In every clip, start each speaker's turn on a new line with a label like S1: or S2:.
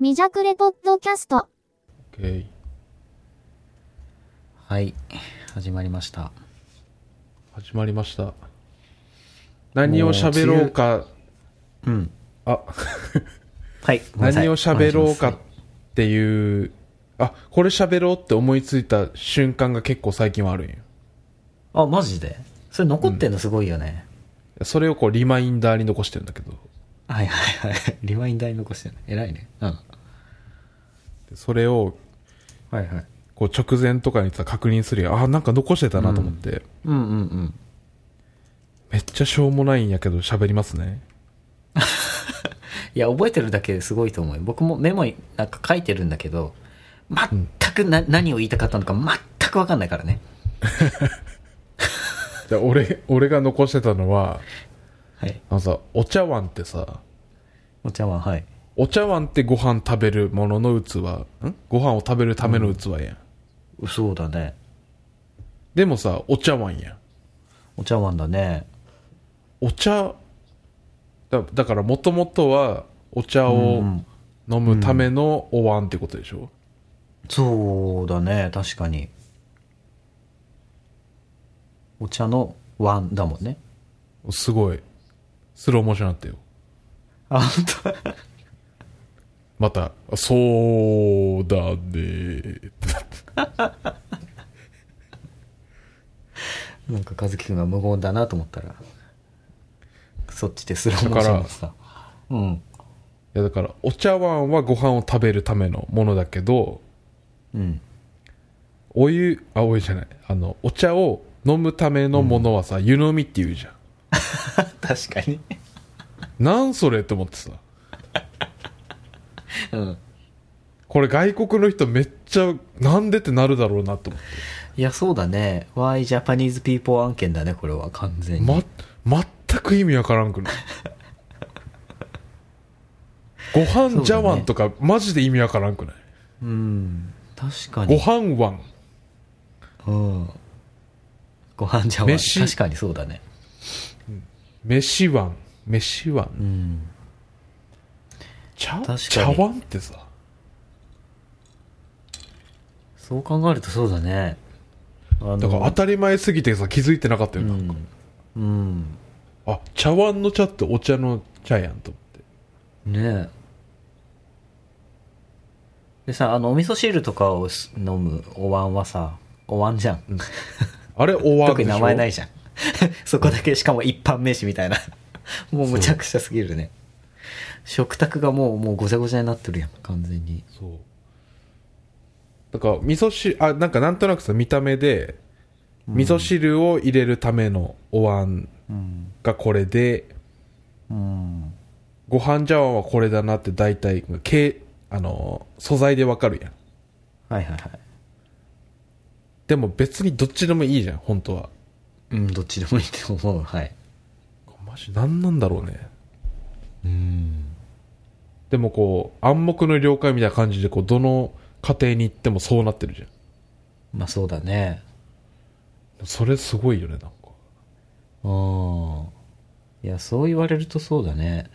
S1: 未着レポッドキャスト。
S2: OK
S3: はい始まりました
S2: 始まりました何を喋ろうか
S3: うん
S2: あ
S3: はいごめんなさい
S2: 何を喋ろうか
S3: お願い
S2: っ
S3: します
S2: ていうあこれ喋ろうって思いついた瞬間が結構最近はあるんよ
S3: あマジでそれ残ってんのすごいよね、
S2: それをこうリマインダーに残してるんだけど
S3: はいはいはいリマインダーに残してるね偉いねうん
S2: それを
S3: はいはい
S2: こう直前とかにさ確認するよあなんか残してたなと思って、
S3: うんうんうん
S2: めっちゃしょうもないんやけど喋りますね
S3: いや覚えてるだけですごいと思うよ僕もメモになんか書いてるんだけど全くな、何を言いたかったのか全く分かんないからね
S2: で俺俺が残してたのは
S3: はい
S2: あのさお茶碗ってさ
S3: お茶碗はい
S2: お茶碗ってご飯食べるものの器んご飯を食べるための器やん、
S3: そうだね
S2: でもさお茶碗やん
S3: お茶碗だね
S2: お茶だだからもともとはお茶を飲むためのお椀ってことでしょ、
S3: そうだね確かにお茶の碗だもんね
S2: すごいスローモーションになったよ
S3: あ本当だ
S2: また「そうだね」
S3: なんか和樹くんが無言だなと思ったらそっちでスローモーションでさうん
S2: いやだからお茶碗はご飯を食べるためのものだけど
S3: うん
S2: お湯あお湯じゃないあのお茶を飲むためのものはさ、湯飲みって言うじゃん
S3: 確かに
S2: なんそれって思ってさ
S3: うん
S2: これ外国の人めっちゃなんでってなるだろうなと思って
S3: いやそうだね Why Japanese people 案件だねこれは完全に、
S2: ま、全く意味わからんくないご飯茶碗とか、マジで意味わからんくない
S3: うん確か
S2: ご
S3: に
S2: 飯碗
S3: うんご飯茶碗
S2: 飯
S3: 確かにそうだね
S2: 飯碗飯碗
S3: うん
S2: 茶
S3: 確かに
S2: 茶碗ってさ
S3: そう考えるとそうだねあの
S2: だから当たり前すぎてさ気づいてなかったよな、
S3: うん、うん、
S2: あ茶碗の茶ってお茶の茶やんと思って
S3: ねえでさあのお味噌汁とかをす飲むお椀はさお椀じゃん
S2: あれお椀
S3: 特
S2: でし
S3: に
S2: ょ
S3: 名前ないじゃん そこだけしかも一般名詞みたいな もうむちゃくちゃすぎるね食卓がもうもうごちゃごちゃになってるやん完全に
S2: そうだから味噌汁あなんかなんとなくさ見た目で味噌汁を入れるためのお椀
S3: うん
S2: がこれで、
S3: うん
S2: ご飯茶碗はこれだなって大体けあの素材でわかるやん
S3: はいはいはい
S2: でも別にどっちでもいいじゃん本当は
S3: うんどっちでもいいと思うはい
S2: マジ何なんだろうね
S3: うん
S2: でもこう暗黙の了解みたいな感じでこうどの家庭に行ってもそうなってるじゃ
S3: まあそうだね
S2: んそれすごいよねなんか
S3: うんいやそう言われるとそうだね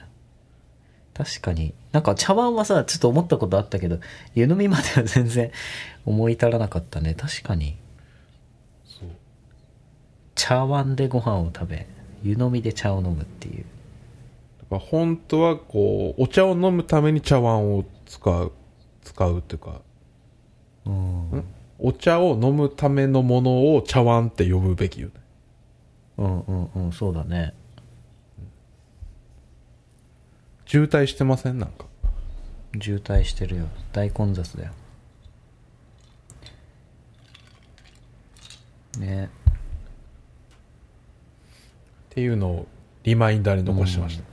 S3: 確かになんか茶碗はさちょっと思ったことあったけど湯飲みまでは全然思い至らなかったね確かに
S2: そう
S3: 茶碗でご飯を食べ湯飲みで茶を飲むっていう
S2: だから本当はこうお茶を飲むために茶碗を使う使うっていうか
S3: うんうん
S2: お茶を飲むためのものを茶碗って呼ぶべきよね
S3: うんうんそうだね
S2: 渋滞してませんなんか
S3: 渋滞してるよ大混雑だよね
S2: っていうのをリマインダーに残してました、
S3: うん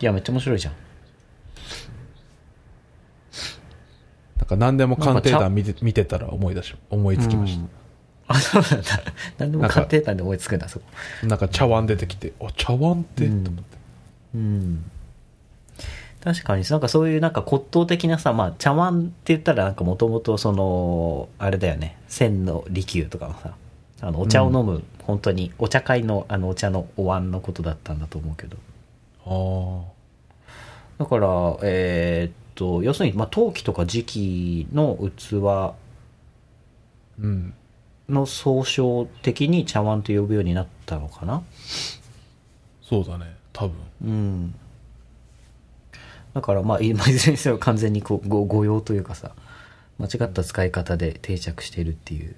S3: いやめっちゃ面白いじゃん
S2: なんか何でも鑑定団見て見てたら思い出し、思いつきまし
S3: あそうなんだ何でも
S2: なんか
S3: 鑑定団で思いつくんだそこ
S2: た。なんか茶碗出てきて、あ、茶碗って、
S3: うん
S2: と思って。
S3: うん確かになんかそういうなんか骨董的なさ、まあ、茶碗って言ったらなんかもともとそのあれだよね千の利休とかのさあのお茶を飲む、本当にお茶会のあのお茶のお椀のことだったんだと思うけど
S2: ああ。
S3: だから、えーっと、要するに、まあ、陶器とか磁器の器
S2: うん。
S3: の総称的に茶碗と呼ぶようになったのかな。
S2: そうだね。多分。
S3: うん。だから、まあ、いまあいずれにせよ完全にこうごご用というかさ、間違った使い方で定着しているっていう、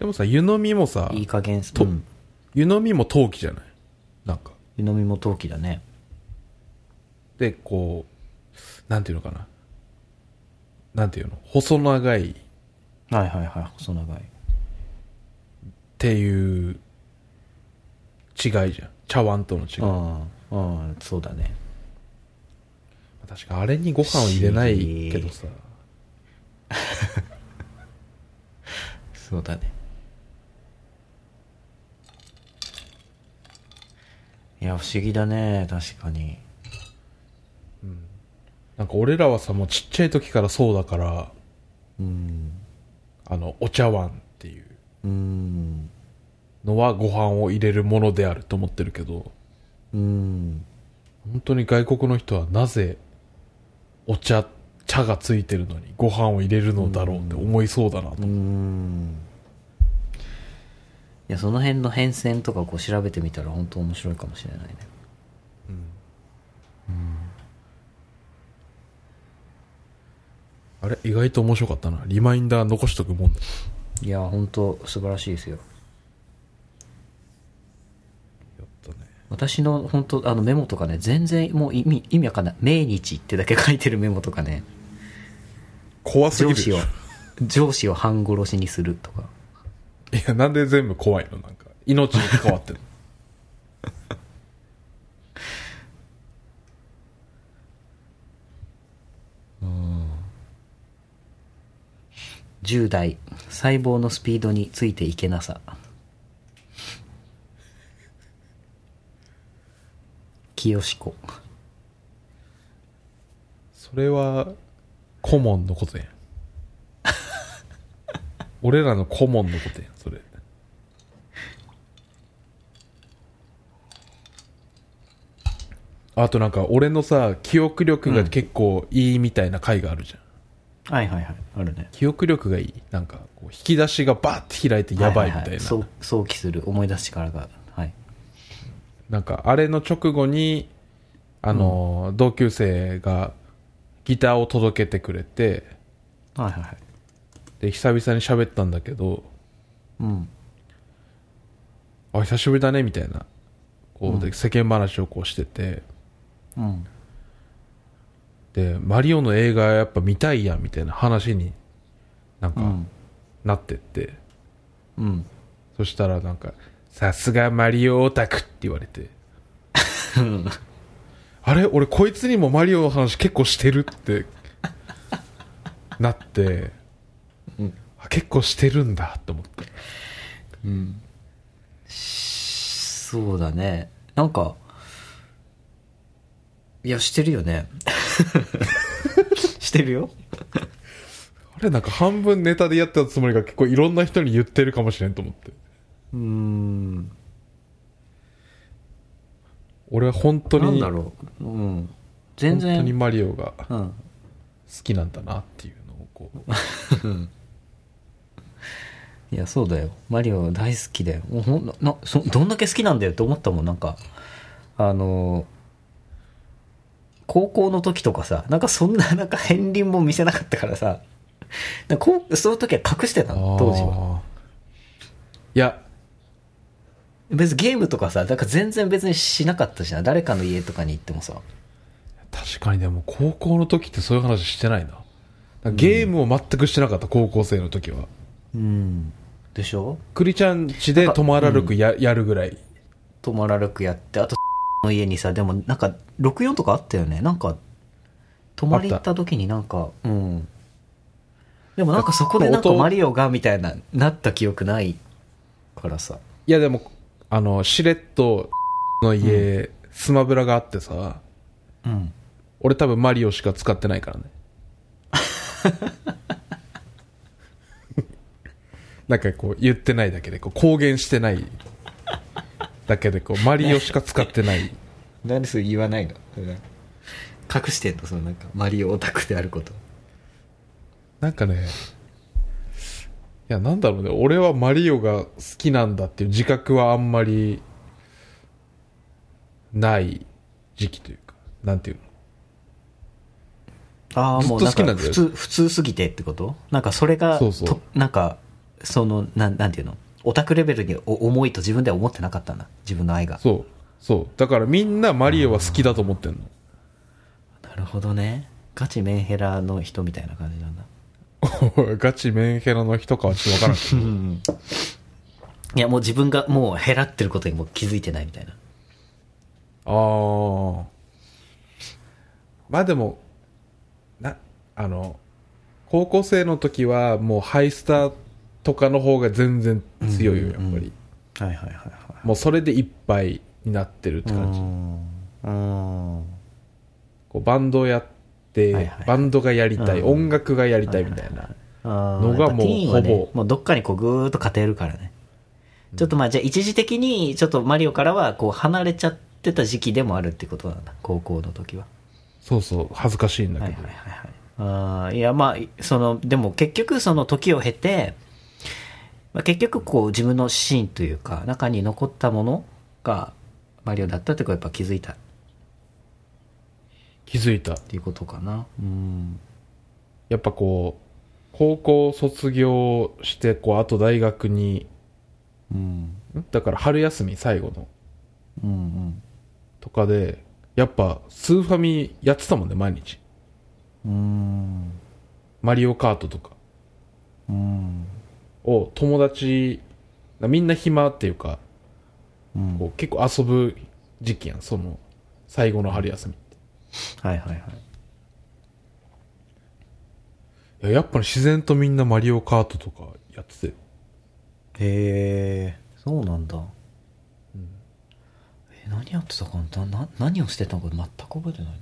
S2: でもさ、湯飲みもさ、
S3: いい加減、
S2: と
S3: うん、
S2: 湯飲みも陶器じゃないなんか。
S3: 湯飲みも陶器だね。
S2: で、こう、なんていうのかな。なんていうの細長いっ
S3: はいはいはい、細長い。
S2: ていう違いじゃん。茶碗との違い。
S3: うん、うん、そうだね。
S2: 確かあれにご飯を入れないけどさ。
S3: そうだね。いや、不思議だね、確かに。
S2: なんか俺らはさ、もうちっちゃい時からそうだから、
S3: うん。
S2: あの、お茶碗っていう
S3: うん。
S2: のはご飯を入れるものであると思ってるけど、
S3: うん。
S2: 本当に外国の人はなぜお茶、茶がついてるのにご飯を入れるのだろうって思いそうだなと。
S3: うん。いや、その辺の変遷とかこう調べてみたら本当面白いかもしれないね。
S2: あれ意外と面白かったな。リマインダー残しとくもんだ。
S3: いや、本当素晴らしいですよ。
S2: やったね。
S3: 私の本当あのメモとかね、全然もう意味、意味わかんない。命日ってだけ書いてるメモとかね、
S2: 怖すぎ
S3: 上
S2: る
S3: 司を、上司を半殺しにするとか。
S2: いや、なんで全部怖いのなんか。命に関わって る。
S3: 10代細胞のスピードについていけなさ清子
S2: それは、顧問のことや ん。俺らの顧問のことやん、それ。あとなんか、俺のさ、記憶力が結構いいみたいな回があるじゃん。
S3: はいはいはいあるね
S2: 記憶力がいい。なんか、こう引き出しがバーって開いてやばいみたいな。
S3: はははそう想起する思い出す力がはい
S2: なんか、あれの直後に、あの、同級生がギターを届けてくれて、
S3: はいはいはい
S2: で、久々に喋ったんだけど、
S3: うん
S2: あ、久しぶりだね、みたいな。こう、で世間話をこうしてて、
S3: うん
S2: で、マリオの映画やっぱ見たいやん、みたいな話になん
S3: う
S2: か
S3: ん
S2: なってって、
S3: うん
S2: そしたらなんか、さすがマリオオタクって言われて、あれ俺こいつにもマリオの話結構してるってなって、あ結構してるんだと思って。
S3: そうだねなんかいやしてるよね してるよ
S2: あれなんか半分ネタでやってたつもりが結構いろんな人に言ってるかもしれんと思って。
S3: うーん
S2: 俺は本当
S3: なん
S2: に、
S3: だ
S2: 本
S3: ろううん全
S2: 当に
S3: 然
S2: マリオが
S3: う
S2: 好
S3: ん
S2: きなんだなっていうのをこう。
S3: いやそうだよマリオ大好きだよもうほんなそどんだけ好きなんだよって思ったもんなんかあのー高校の時とかさなんかそんな なんか片鱗も見せなかったからさなんかこうその時は隠してたの当時は
S2: は。いや、
S3: 別にゲームとかさなんか全然別にしなかったじゃん誰かの家とかに行ってもさ
S2: 確かにでも高校の時ってそういう話してないな。だからゲームを全くしてなかった、高校生の時は。
S3: うんでしょ
S2: 栗ちゃん家で泊まらるくや,、やるぐらい。
S3: 泊まらるくやってあと の家にさでもなんか64とかあったよねなんか泊まり行った時になんかうんでもなんかそこでなんか
S2: 弟
S3: マリオがみたいななった記憶ないからさ
S2: いやでも、あの、しれっとの家、スマブラがあってさ、
S3: うん
S2: 俺多分マリオしか使ってないからね。なんかこう言ってないだけで、こう公言してないだけで、こうマリオしか使ってない。
S3: 何それ言わないの隠してんのそのなんかマリオオタクであること
S2: なんかね、いや、なんだろうね、俺はマリオが好きなんだっていう自覚はあんまりない時期というか、なんていうの。
S3: ああもうな
S2: ずっと
S3: ん
S2: 好きな
S3: か
S2: んだよ
S3: 普通普通すぎてってことなんかそれが
S2: そうそう
S3: となんかそのなんなんていうのオタクレベルにお重いと自分では思ってなかったんだ自分の愛が
S2: そう、そう。だからみんなマリオは好きだと思ってんの。
S3: なるほどねガチメンヘラの人みたいな感じなん だ
S2: ガチメンヘラの人かはちょっとわからんけど。
S3: いやもう自分がもう減らってることにもう気づいてないみたいな
S2: ああ。まあでも、な、あの、高校生の時はもうハイスターとかの方が全然強いよ、やっぱり。
S3: はいはいはいは
S2: もうそれでいっぱいになってるって感じ。
S3: うん
S2: こうバンドやって、
S3: はいはい
S2: バンドがやりたい、
S3: うん
S2: 音楽がやりたいみたいな。の
S3: の
S2: がもうほぼ
S3: もうどっかにこうぐーっと偏るからねちょっとまあじゃあ一時的にちょっとマリオからはこう離れちゃってた時期でもあるってことなんだ高校の時は
S2: そうそう、恥ずかしいんだ
S3: は
S2: け
S3: い
S2: ど。
S3: はいはいはいあーいやまあそのでも結局その時を経て、まあ、結局こう自分のシーンというか中に残ったものがマリオだったってことやっぱ気づいたっ
S2: 気づいた。
S3: ていうことかなうん
S2: やっぱこう、高校卒業して、こう、あと大学に、
S3: うん
S2: んだから春休み最後の
S3: うんうん
S2: とかで、やっぱスーファミやってたもんね、毎日。
S3: うん
S2: マリオカートとか
S3: うん
S2: を友達、みんな暇っていうか、
S3: うん
S2: こう結構遊ぶ時期やん、その、最後の春休みって。
S3: はいはいはい
S2: いややっぱり自然とみんなマリオカートとかやってて。
S3: へえそうなんだ、え何やってたかなな何をしてたのか全く覚えてないな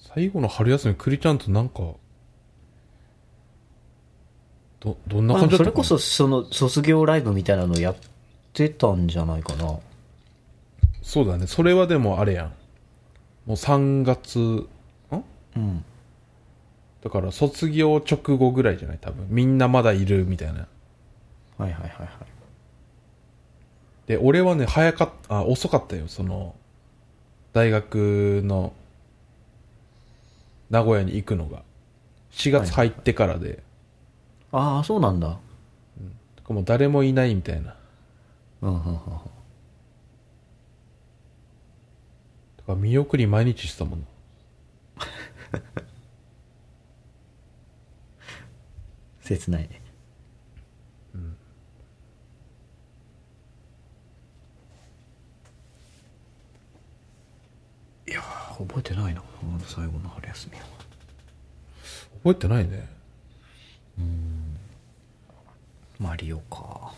S2: 最後の春休み、クリちゃんとなんか、ど、どんな
S3: まあ
S2: 感じだ
S3: そ
S2: ったか
S3: れ
S2: な
S3: こそその卒業ライブみたいなのやってたんじゃないかな
S2: そうだね。それはでもあれやん。もう3月、ん
S3: うん
S2: だから卒業直後ぐらいじゃない多分。みんなまだいるみたいな。
S3: はいはいはいはい
S2: で、俺はね、早かった、あ、遅かったよ。その、大学の、名古屋に行くのが。4月入ってからで、
S3: ああそうなんだ
S2: もう誰もいないみたいな。
S3: うんうんうんうん
S2: だから見送り毎日してたもんな。
S3: 切ないねいやー覚えてないなあの最後の春休みは
S2: 覚えてないね。
S3: マリオか